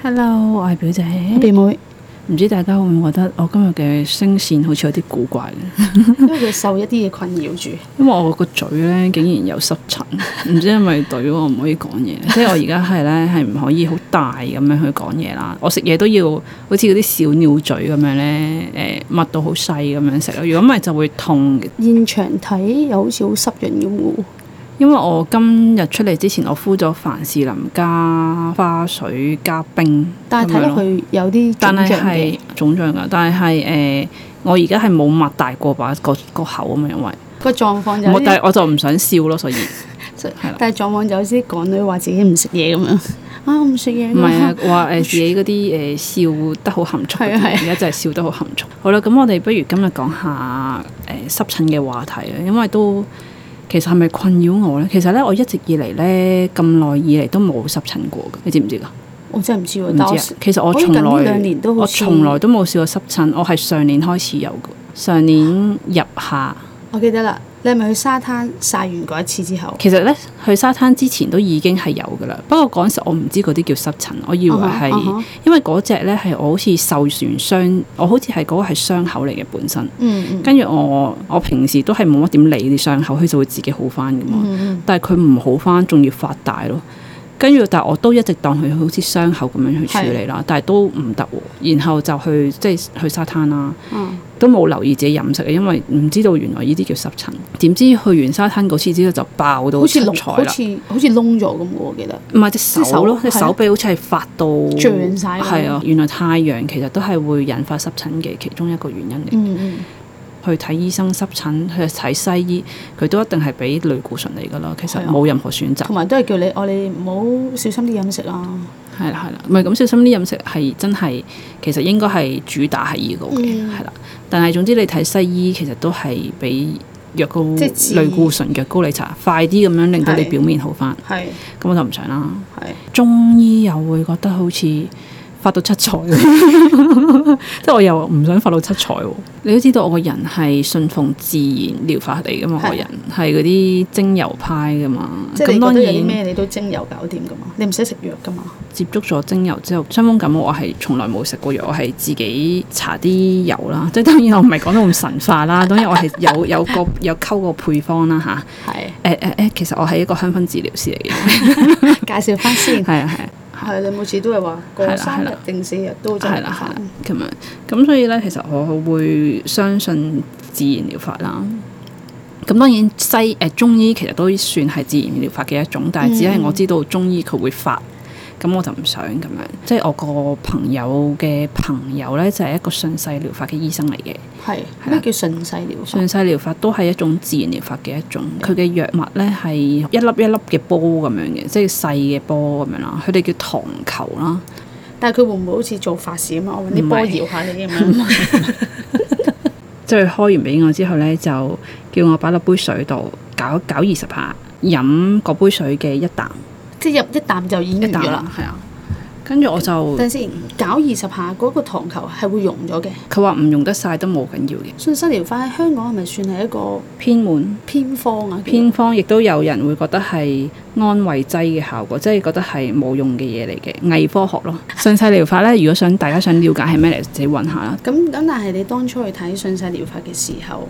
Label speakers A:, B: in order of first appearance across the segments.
A: Hello，我係表姐。
B: 表妹，
A: 唔知大家會唔會覺得我今日嘅聲線好似有啲古怪嘅？
B: 因為佢受一啲嘢困擾住，
A: 因為我個嘴咧竟然有濕 疹，唔知係咪對我唔可以講嘢，即係我而家係咧係唔可以好大咁樣去講嘢啦。我食嘢都要好似嗰啲小鳥嘴咁樣咧，誒密到好細咁樣食咯。如果唔係就會痛嘅。
B: 現場睇又好似好濕潤咁喎。
A: 因為我今日出嚟之前，我敷咗凡士林加花水加冰，
B: 但係睇
A: 咁樣
B: 落
A: 咯
B: 去有啲
A: 但
B: 緊
A: 係
B: 張嘅
A: 係，腫脹㗎，但係誒、呃我而家係冇擘大過把個個口啊嘛，因為
B: 個狀況就有
A: 我但
B: 啲
A: 係，我就唔想笑咯，所以啦
B: 但係狀況就有啲港女話自己唔食嘢咁樣，啊我唔食嘢㗎，
A: 唔係啊，話誒 自己嗰啲誒笑得好含蓄嗰
B: 係啊係
A: 啲，
B: 啊
A: 而家就係笑得好含蓄。好啦，咁我哋不如今日講下誒、呃、濕疹嘅話題啦，因為都其實係咪困擾我咧？其實咧，我一直以嚟咧咁耐以嚟都冇濕疹過嘅，你知唔知㗎？
B: 我真係唔知
A: 唔
B: 喎，但我
A: 知啊，其實我
B: 好似
A: 從
B: 近呢兩
A: 來
B: 年都好
A: 我
B: 似
A: 從來都冇試過濕疹，我係上年開始有嘅，上年入夏。
B: 我記得啦，你係咪去沙灘曬完嗰一次之後？
A: 其實咧，去沙灘之前都已經係有噶啦。不過嗰陣時我唔知嗰啲叫濕疹，我以為係、
B: 啊哈啊哈
A: 因為嗰只咧係我好似受損傷，我好似係嗰個係傷口嚟嘅本身。
B: 嗯嗯
A: 跟住我我平時都係冇乜點理啲傷口，佢就會自己好翻噶嘛。
B: 嗯
A: 但係佢唔好翻，仲要發大咯。跟住，但係我都一直當佢好似傷口咁樣去處理啦，但係都唔得喎。然後就去即係去沙灘啦，
B: 嗯
A: 都冇留意自己飲食嘅，因為唔知道原來呢啲叫濕疹。點知去完沙灘嗰次之後就爆
B: 嗯，
A: 到
B: 好似
A: 七
B: 窿，
A: 彩
B: 好
A: 啦，
B: 似好似窿咗咁喎，我記得。
A: 唔係隻手咯，
B: 隻手
A: 隻
B: 啊
A: 手臂好似係發到
B: 脹晒咁
A: 係啊，原來太陽其實都係會引發濕疹嘅其中一個原因嚟。
B: 嗯嗯，
A: 去睇醫生濕疹，去睇西醫，佢都一定係俾類固醇嚟㗎啦。其實
B: 係啊
A: 冇任何選擇
B: 同。埋都係叫你我哋唔好小心啲飲食啊。
A: 係啦，係啦，唔係咁小心啲飲食係真係，其實應該係主打係呢個嘅，
B: 嗯
A: 係啦、但係總之你睇西醫其實都係俾藥膏、
B: 即係治
A: 類固醇藥膏你搽，快啲咁樣令到你
B: 係
A: 表面好翻。
B: 係
A: 咁我就唔想啦。
B: 係。
A: 中醫又會覺得好似發到七彩， 即係我又唔想發到七彩喎。你都知道我個人係信奉自然療法嚟㗎嘛，我
B: 係
A: 人係嗰啲精油派㗎嘛。
B: 即係
A: 咁
B: 你
A: 當
B: 覺得有啲
A: 然。
B: 咩你都精油搞掂噶嘛，你唔使食藥噶嘛。
A: 接觸咗精油之後，傷風感冒我係從來冇食過藥，我係自己搽啲油啦。 即係當然我唔係講到咁神化啦，當然我係有有個有溝個配方啦吓，
B: 係
A: 誒誒誒，其實我係一個香薰治療師嚟嘅，
B: 介紹翻先，
A: 係啊係啊。
B: 係你每次都係話
A: 係啦
B: 過三
A: 係
B: 日
A: 啦
B: 定四日都真
A: 係
B: 係
A: 啦，係啦
B: 煩，
A: 咁樣咁所以咧，其實我會相信自然療法啦。咁當然西誒、呃中醫其實都算係自然療法嘅一種，但係只係我知道中醫佢會發，咁、我就唔想咁樣。即係我個朋友嘅朋友咧，就係、一個順勢療法嘅醫生嚟嘅。
B: 係
A: 係啦
B: 咩叫順勢療法？
A: 順勢療法都係一種自然療法嘅一種，佢嘅藥物咧係一粒一粒嘅波咁樣嘅，即係細嘅波咁樣啦。佢哋叫糖球啦。
B: 但係佢會唔會好似做法事咁啊？我揾啲波
A: 唔係
B: 搖下你咁樣，
A: 即係開完俾我之後咧，就叫我擺落杯水度搞搞二十下，飲嗰杯水嘅一啖
B: 即係入一啖就已
A: 一
B: 經
A: 啖
B: 完咗啦。，
A: 係啊。跟住我就
B: 等陣先，搞二十下嗰個糖球係會溶咗嘅。
A: 佢話唔用得晒都冇緊要嘅，
B: 順勢療法喺香港係咪算係一個
A: 偏門
B: 偏方啊？
A: 偏方亦都有人會覺得係安慰劑嘅效果，即係覺得係冇用嘅嘢嚟嘅偽科學 咯。順勢療法咧，如果想大家想了解係咩嚟，自己揾下啦。
B: 咁咁，但係你當初去睇順勢療法嘅時候，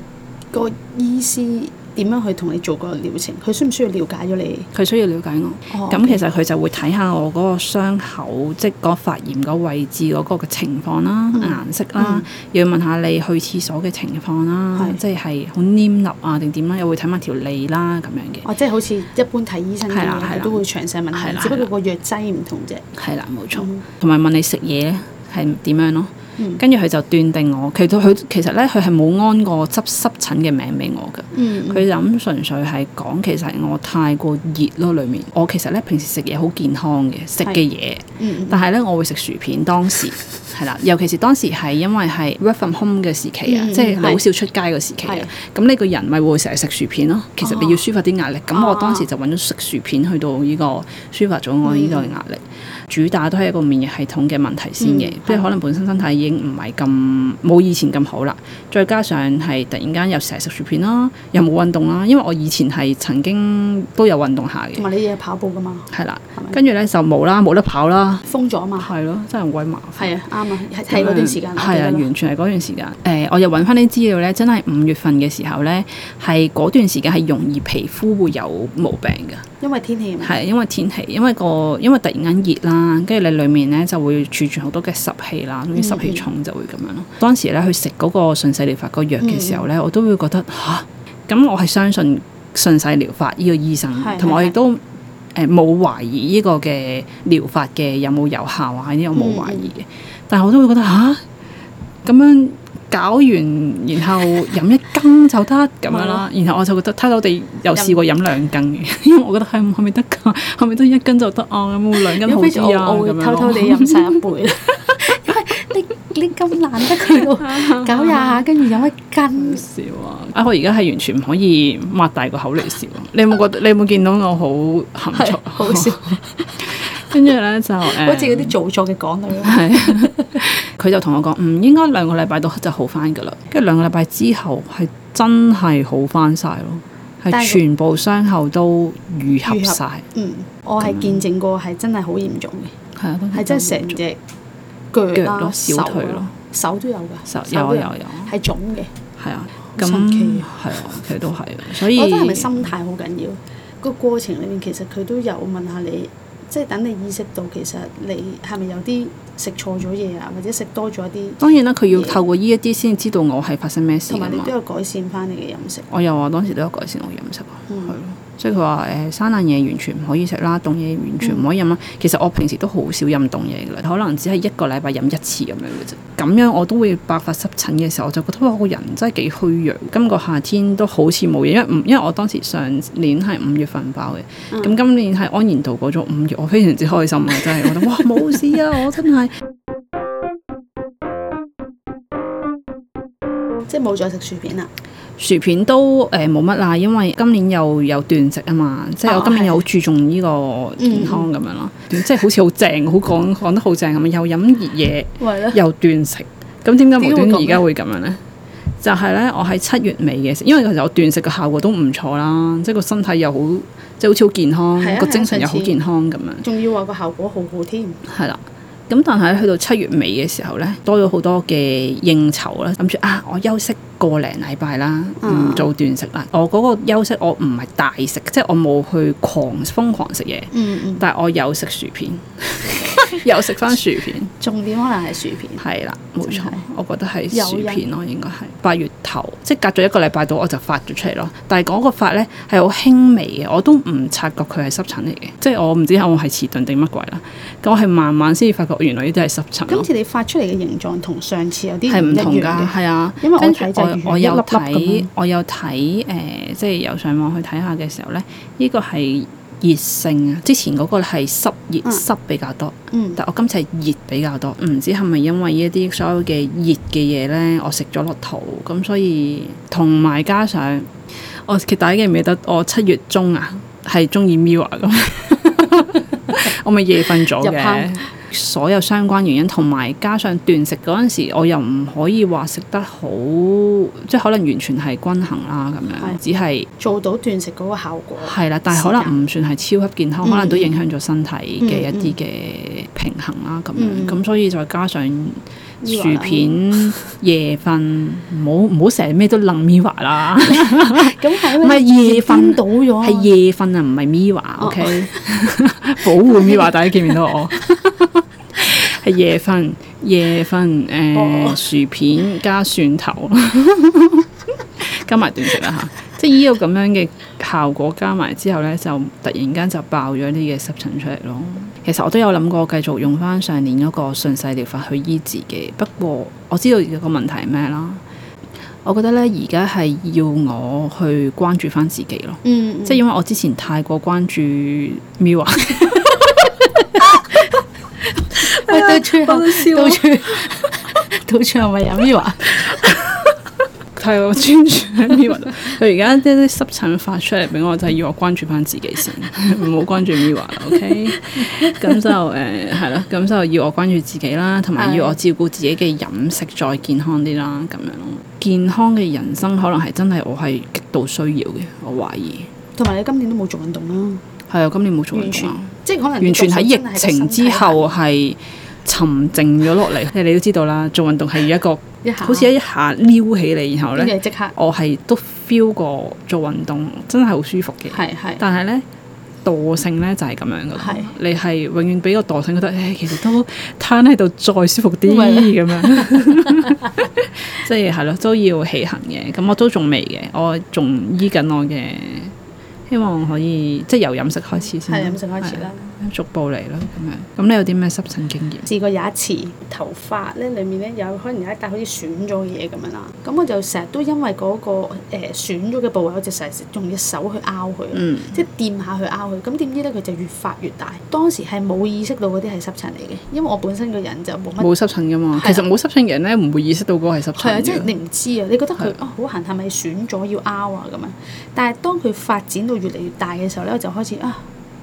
B: 個醫師點樣去同你做個療程？佢需唔需要了解咗你？
A: 佢需要了解我。
B: 哦
A: 咁其實佢就會睇下我嗰個傷口，即係個發炎個位置嗰個嘅情況啦、顏色啦，又要問下你去廁所嘅情況啦，
B: 係
A: 即嗯係係好黏立啊定點啦，又會睇埋條脷啦咁樣嘅。
B: 哦，即係好似一般睇醫生咁
A: 係啦
B: 樣，
A: 係
B: 佢
A: 啦
B: 都會詳細問
A: 係
B: 下
A: 啦
B: 你，只不過個藥劑唔同啫。
A: 係啦，冇錯
B: 嗯。
A: 同埋問你食嘢係點樣咯
B: 嗯，
A: 跟住佢就斷定我，其實佢其實咧佢係冇安過執濕疹嘅名俾我㗎。
B: 嗯，
A: 佢就咁純粹係講，其實我太過熱咯，裡面我其實咧平時食嘢好健康嘅，食嘅嘢，
B: 嗯
A: 但係咧我會食薯片當時，係係啦，尤其是當時係因為係 work from home 嘅時期啊，
B: 嗯
A: 即係
B: 係
A: 好少出街嘅時期啊
B: 係，
A: 咁呢個人咪會成日食薯片咯。其實你要抒發啲壓力，咁我
B: 哦嗯
A: 當時就揾咗食薯片去到呢個抒發咗我呢個壓力。主打都係一個免疫系統嘅問題先嘅，
B: 嗯
A: 即係
B: 係
A: 可能本身身體已經唔係咁冇以前咁好啦，再加上係突然間又成日食薯片啦，又冇運動啦，因為我以前係曾經都有運動下嘅
B: 同，埋你日日跑步噶嘛，
A: 係啦
B: 哦係咪，
A: 跟住咧就冇啦，冇得跑啦，
B: 封咗啊嘛，
A: 係咯，真係好鬼麻煩。
B: 係啊，啱啊，係係嗰段時間，
A: 係啊，
B: 我記得啦
A: 完全係嗰段時間。誒、我又揾翻啲資料咧，真係五月份嘅時候咧，係嗰段時間係容易皮膚會有毛病嘅，
B: 因為天氣嘛，
A: 係因為天氣，因為個因為突然間熱啦，跟住你裡面咧就會儲存好多嘅濕氣啦，總之濕氣重就會咁樣
B: 嗯
A: 咯。當時咧去食嗰個順勢療法個藥嘅時候咧，我都會覺得吓，咁我係相信順勢療法呢個醫生
B: 係，
A: 同埋我
B: 係
A: 亦都。誒冇懷疑呢個嘅療法嘅有冇有效啊？呢個冇
B: 嗯
A: 懷疑嘅，但係我都會覺得吓，咁樣搞完，然後飲一羹就得咁樣啦。然後我就覺得，睇到我哋又試過飲兩羹嘅， 因為我覺得係係咪得㗎？ 係咪得一羹就得啊？有冇兩
B: 如
A: 羹好
B: 果俾咗
A: 啲啊？
B: 我，我
A: 咁
B: 會
A: 樣咯
B: 偷偷地飲晒一杯 啦。因為你你咁難得佢度 搞廿下，跟住飲一
A: 好
B: 斤，
A: 笑啊！啊，我而家係完全唔可以擘大個口嚟笑。啊 你有冇覺得？你有冇見到我好含蓄啊
B: 係？ 好笑，
A: 跟住咧就誒，
B: 好似嗰啲做作嘅港女咁。
A: 係，佢就同我講，嗯，應該兩個禮拜到就好翻噶啦。跟住兩個禮拜之後係真係好翻晒咯，
B: 但
A: 係
B: 係
A: 全部傷口都愈合
B: 愈合
A: 晒。
B: 嗯，我係見證過係真係好嚴重嘅，
A: 係啊，
B: 係真係成隻腳
A: 腳
B: 啦、
A: 咯
B: 手啊
A: 小腿咯
B: 啦、手都有㗎，
A: 手
B: 手
A: 有啊
B: 都
A: 有啊有啊，
B: 係腫嘅。
A: 係啊，
B: 好
A: 咁
B: 神奇啊
A: 係啊，其實都係啊，所以
B: 我覺得係咪心態好緊要？個過程裏面其實佢都有問下你，即係等你意識到其實你係咪有啲食錯咗嘢啊，或者食多咗啲，
A: 當然啦，佢要透過呢一啲先知道我係發生咩事
B: 同
A: 㗎
B: 埋你
A: 嘛
B: 都。有改善翻你嘅飲食。
A: 我又話當時都有改善我飲食啊，係
B: 嗯
A: 咯、所以佢話誒生冷嘢完全唔可以食啦，凍嘢完全
B: 嗯
A: 唔可以飲啦。其實我平時都好少飲凍嘢嘅啦，可能只係一個禮拜飲一次咁樣嘅啫。咁樣我都會百發濕疹嘅時候，我就覺得哇，我個人真係幾虛弱。今個夏天都好似冇嘢，因為唔因為我當時上年係五月份爆嘅，
B: 嗯
A: 咁、今年係安然度過咗五月，我非常之開心啊！真係覺得哇冇事啊，我真係
B: 即係冇再食薯片啦，
A: 薯片都誒冇乜啦，因為今年又有斷食啊嘛，即係
B: 哦嗯
A: 我今年又好注重呢個健康咁樣咯，斷即係好似好正，好講講得好正咁樣，又飲熱嘢
B: 係咯，
A: 又斷食，咁點解無端
B: 點會咁
A: 而家會咁樣呢？就係呢，我喺七月尾嘅時，因為其實我斷食嘅效果都唔錯啦，即係個身體又好，即係好似好健
B: 係
A: 康，
B: 啊
A: 個
B: 係啊
A: 精神又
B: 上
A: 好
B: 次
A: 健康咁樣。
B: 仲要話個效果好好添，
A: 係啦。咁但係去到七月尾嘅時候呢，多咗好多嘅應酬啦，諗住啊，我休息個零禮拜啦，
B: 嗯
A: 唔做斷食啦。我嗰個休息我唔係大食，即係我冇去狂瘋狂食嘢，
B: 嗯嗯，
A: 但係我有食薯片， 有食翻薯片，
B: 重點可能係薯片，
A: 係啦，冇錯
B: 真係，
A: 我覺得係
B: 有
A: 薯片咯，應該係八月頭，即係隔咗一個禮拜到我就發咗出嚟咯。但係嗰個發呢係好輕微嘅，我都唔察覺佢係濕疹嚟嘅，即係我唔知我係遲鈍定乜鬼啦。咁我係慢慢先至發覺哦原來呢啲係濕疹
B: 今
A: 咯，
B: 次你發出嚟嘅形狀同上次有啲
A: 係唔同
B: 一樣
A: 㗎，
B: 嘅，
A: 係啊。
B: 因為我
A: 跟住
B: 睇就
A: 我
B: 係
A: 我有
B: 一粒粒
A: 睇
B: 咁，
A: 我有睇誒、呃即係有上網去睇下嘅時候呢，呢、個係熱性啊，之前嗰個係濕熱
B: 嗯
A: 濕比較多。
B: 嗯，
A: 但我今次係熱比較多，唔知係咪因為呢一啲所有嘅熱嘅嘢呢，我食咗落肚，咁所以同埋加上我其實大家記唔記得我七月中啊係中意 Mirror 咁， 我咪夜瞓咗
B: 入
A: 嘅
B: 坑。
A: 所有相關原因，同埋加上斷食嗰陣時，我又唔可以話食得好，即係可能完全係均衡啦咁樣
B: 係，
A: 只係
B: 做到斷食嗰個效果，
A: 係啦，但係可
B: 時
A: 能唔算係超級健康，
B: 嗯
A: 可能都影響咗身體嘅一啲嘅平衡啦。咁
B: 嗯
A: 樣咁所以再加上
B: 呢
A: 薯
B: 個啦
A: 片、夜瞓，唔好唔好成日咩都冧 Miva 啦，
B: 咁係因
A: 唔係
B: 為
A: 夜瞓
B: 顛倒咗啊，
A: 係夜瞓啊，哦唔係 Miva，OK？保 護 Miva，大家見唔見到 我？係夜瞓，夜瞓，
B: 哦
A: 誒薯片加蒜頭， 加埋斷食啦嚇。即係呢個咁樣嘅效果加埋之後咧，就突然間就爆咗呢嘅濕疹出嚟咯。其實我都有諗過繼續用翻上年嗰個順勢療法去醫治嘅，不過我知道有個問題係咩啦。我覺得咧，而家係要我去關注翻自己咯。
B: 嗯， 嗯
A: 即係因為我之前太過關注 Miwa，哎
B: 喂，
A: 呀
B: 到最後
A: 我都笑
B: 到最到最後咪飲呢話？
A: 係我專注喺呢個度。佢而家啲啲濕疹發出嚟俾我，就係要我關注翻自己先， 唔好關注 Miwa 啦，OK？咁 就誒係啦，咁就要我關注自己啦，同埋
B: 係
A: 要我照顧自己嘅飲食再健康啲啦，咁樣咯。健康嘅人生可能係真係我係極度需要嘅，我懷疑。
B: 同埋你今年都冇做運動啦，
A: 係啊，今年冇做運
B: 完
A: 動
B: 全
A: 啊。
B: 即係可能你
A: 完全
B: 讀書
A: 喺
B: 真係
A: 疫
B: 個
A: 情
B: 身體
A: 之後係沉靜咗落嚟，即係你都知道啦，做運動係要一個
B: 一下，
A: 好似一下撩起你，然後
B: 呢
A: 咧
B: 嘢即刻
A: 我係都 feel 過做運動真係好舒服嘅，
B: 係係
A: 但係咧。惰性咧就係咁樣嘅
B: 係，
A: 你係永遠俾個惰性覺得，誒、其實都攤喺度再舒服 啲
B: 咪
A: 咁樣， 即係係咯，都要起行嘅。咁我都仲未嘅，我仲醫緊我嘅，希望可以即係由飲食開始先啦。
B: 係飲食開始
A: 係啊
B: 啦。
A: 逐步嚟咯，咁樣。咁你有啲咩濕疹經驗？
B: 試過有一次頭髮咧，裡面咧有可能有一笪好似損咗嘅嘢咁樣啦。咁我就成日都因為嗰、個誒、呃、損咗嘅部位，我就成日用隻手去拗佢，
A: 嗯
B: 即係掂下去拗佢。咁點知咧佢就越發越大。當時係冇意識到嗰啲係濕疹嚟嘅，因為我本身個人就冇乜
A: 冇濕疹噶嘛，
B: 係
A: 其
B: 啊
A: 實冇濕疹嘅人咧，唔會意識到嗰個係濕
B: 係啊，
A: 疹
B: 即係
A: 嘅。
B: 你唔知啊，你覺得佢
A: 係
B: 啊好痕係咪損咗要拗啊咁樣？但係當佢發展到越嚟越大嘅時候咧，我就開始啊，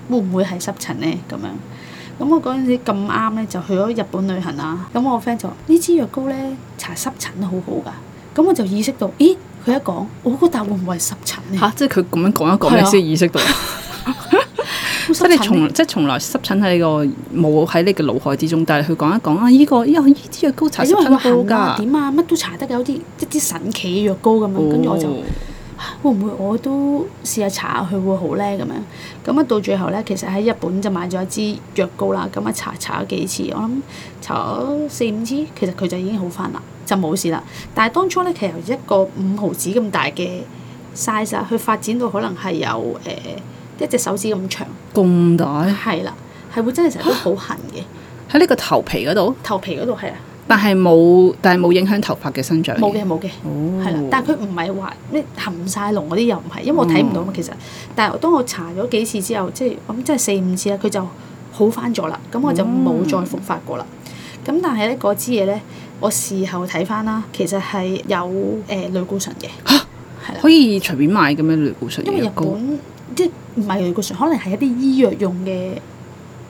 B: 會唔會係濕疹咧咁樣？咁我嗰陣時咁啱咧就去咗日本旅行啦，咁我 friend 就話呢支藥膏咧搽濕疹好好㗎，咁我就意識到，咦佢一講，我嗰笪會唔會係濕疹咧？
A: 嚇！即係佢咁樣講一講，
B: 係啊
A: 你先意識到。
B: 好
A: 即係你
B: 濕疹呢
A: 從即係從來濕疹喺你個冇喺你嘅腦海之中，但係佢講一講啊，依個依個依支藥膏搽
B: 因
A: 濕
B: 為
A: 疹
B: 佢
A: 好
B: 痕啊
A: 㗎。
B: 點啊乜都搽得嘅，好似一支神奇藥膏咁樣，跟住我就。
A: 哦，
B: 會唔會我都試下搽下佢會好咧咁樣？咁啊到最後咧，其實喺日本就買咗一支藥膏啦，咁啊搽搽咗幾次，我諗搽咗四五支，其實佢就已經好翻啦，就冇事啦。但係當初咧，其實由一個五毫子咁大嘅 size 啊，佢發展到可能係有誒、呃一隻手指咁長，
A: 咁大
B: 係啦，係會真係成日都好痕嘅，
A: 喺呢個頭皮嗰度，
B: 頭皮嗰度係啊，
A: 但係冇但係冇影響頭髮嘅生長。
B: 冇嘅。冇嘅。
A: 哦。
B: 係啦，但係佢唔係話咩含晒龍嗰啲又唔係，因為我睇唔
A: 嗯
B: 到嘛其實。但係當我查咗幾次之後，即係我諗即係四五次啦，啊佢就好翻咗啦。咁我就
A: 嗯
B: 冇再復發過啦。咁、但係咧嗰支嘢咧，我事後睇翻啦，其實係有誒、呃類固醇嘅，係啦，
A: 可以隨便買嘅咩類固醇
B: 因為
A: 藥
B: 日
A: 膏？
B: 本即係唔係類固醇，可能係一啲醫藥用嘅，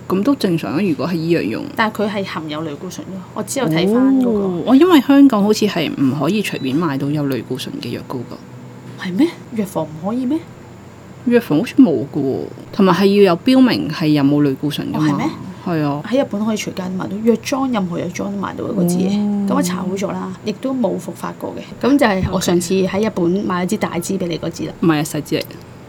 A: 咁都正常啊，如果係醫藥用。
B: 但係佢係含有類固醇咯。我之後睇翻嗰個
A: 哦，我因為香港好似係唔可以隨便買到有類固醇嘅藥膏㗎，
B: 係咩、藥房唔可以咩？
A: 藥房好似冇㗎喎，同埋係要有標明係有冇類固醇㗎
B: 哦係
A: 嘛
B: 咩。
A: 係啊，
B: 喺日本可以隨街都買到藥妝，任何藥妝都買到嘅嗰支嘢。
A: 嗯
B: 咁我搽好咗啦，亦都冇復發過嘅。咁就係我上次喺日本買咗支大支俾你嗰支啦，
A: 唔係啊，細支嚟，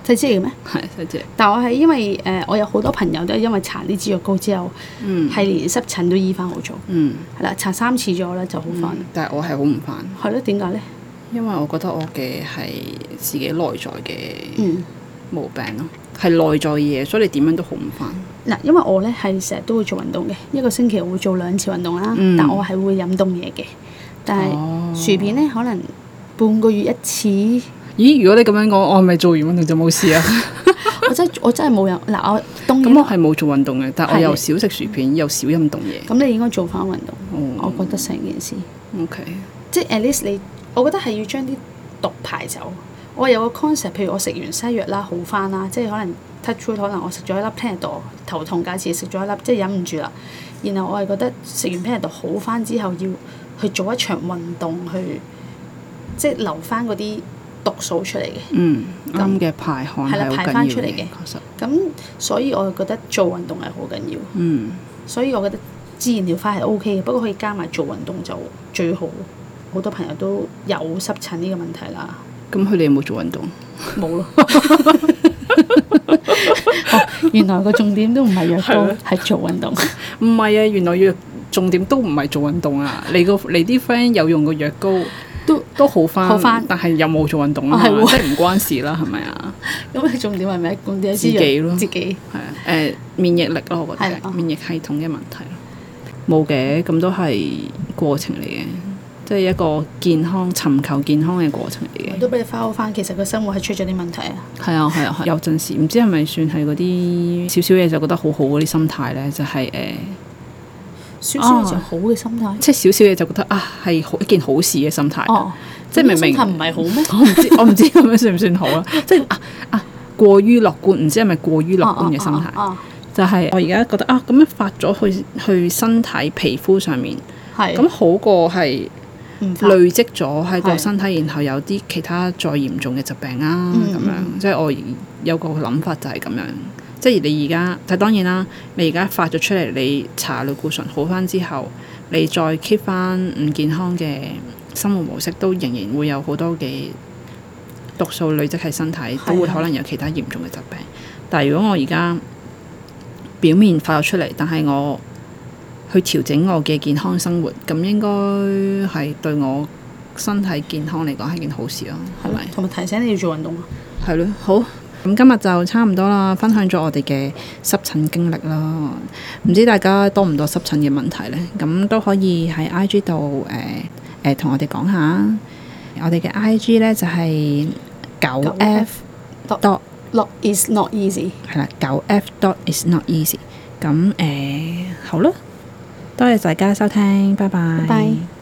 B: 細支嚟嘅咩？
A: 係細支嚟。
B: 但我係因為誒、呃我有好多朋友都係因為搽呢支藥膏之後，
A: 嗯
B: 係、連濕疹都醫翻好咗，
A: 嗯，
B: 係啦，搽三次咗啦就好翻。
A: 但係我係好唔翻，
B: 係咯，點解咧？
A: 因為我覺得我嘅係自己內在嘅
B: 嗯，
A: 毛病咯，係內在嘅嘢，所以你點樣都好唔翻。
B: 嗱，因為我咧係成日都會做運動嘅，一個星期我會做兩次運動啦，
A: 嗯
B: 但我係會飲凍嘢嘅，但係
A: 哦，
B: 薯片咧可能半個月一次。
A: 咦？如果你咁樣講，我係咪做完運動就冇 事啊？
B: 我真係我真係冇飲嗱，我冬
A: 咁
B: 天
A: 我係冇做運動嘅，但我
B: 係
A: 又少食薯片，又少飲凍嘢。
B: 咁你應該做翻運動，
A: 哦
B: 我覺得成件事，
A: ，OK，
B: 即係 at least 你，我覺得係要將啲毒排走。我有個 concept，譬如我食完西藥啦，好翻啦，即係可能 touch wood，可能我食咗一粒 Panadol，頭痛假設食咗一粒，即係忍唔住啦。然後我係覺得食完 Panadol 好翻之後，要去做一場運動去，即係留翻嗰啲毒素出嚟嘅。
A: 嗯，
B: 咁
A: 啱嘅排汗
B: 係啦
A: 係好
B: 排
A: 緊
B: 返
A: 要
B: 出嚟
A: 嘅，
B: 嘅
A: 確實。
B: 咁所以我就覺得做運動係好緊要。
A: 嗯，
B: 所以我覺得自然療法係 O K 嘅，不過可以加埋做運動就最好。好多朋友都有濕疹呢個問題啦，
A: 咁佢哋有冇做運動？
B: 冇咯。哦原來個重點都唔係藥
A: 係
B: 膏
A: 咩，
B: 係做運動。
A: 唔係啊，原來藥重點都唔係做運動啊。你個你啲 friend 有用過藥膏，
B: 都
A: 都好翻，
B: 好返
A: 但係有冇做運動啊？
B: 啊係喎
A: 即係唔關事啦，係咪 啊？
B: 咁你重點係咩？重點係
A: 自己咯
B: 自己
A: 係啊，誒、免疫力咯，我覺
B: 係
A: 得
B: 啊
A: 係免疫系統嘅問題咯。冇嘅，咁都係過程嚟嘅，即係一個健康尋求健康嘅過程嚟嘅
B: 我。都俾你翻好翻。其實個生活係出咗啲問題啊。
A: 係啊，係啊，係啊有陣時唔知係咪算係嗰啲少少嘢就覺得好好嗰啲心態咧，就係、誒、
B: 舒舒就好嘅心態。
A: 呃即係少少嘢就覺得啊係好一件好事嘅心態。
B: 哦，
A: 即係明明
B: 呢個心態唔係好咩？
A: 我唔知我唔知 咁樣算唔算好啦。即係啊啊過於樂觀，唔知係咪過於樂觀嘅心態。
B: 哦，
A: 就係我而家覺得啊，咁樣發咗去去身體皮膚上面，
B: 啊係
A: 咁好過係
B: 唔發
A: 累積咗喺個
B: 係
A: 身體，然後有啲其他再嚴重嘅疾病啦，
B: 嗯
A: 咁樣即係我有個諗法就係咁樣。即係你而家，但係當然啦，你而家發咗出嚟，你搽類固醇好翻之後，你再 keep 翻唔健康嘅生活模式，都仍然會有好多嘅毒素累積喺身體，都會
B: 係啊
A: 可能有其他嚴重嘅疾病。但係如果我而家表面發咗出嚟，但係我去調整我嘅健康生活，咁應該係對我身體健康嚟講係件好事咯，係
B: 係
A: 咪
B: 咪？？同埋提醒你要做運動啊！
A: 係咯，好。咁今日就差唔多啦，分享咗我哋嘅濕疹經歷啦。唔知大家多唔多濕疹嘅問題呢？咁都可以喺 I G 度誒誒同我哋講下。我哋嘅 I G 呢就係九 F
B: dot
A: dot
B: Look is not easy。
A: 係啦，九 F dot is not 呃 easy。咁誒、好啦，多謝大家收聽，拜
B: 拜拜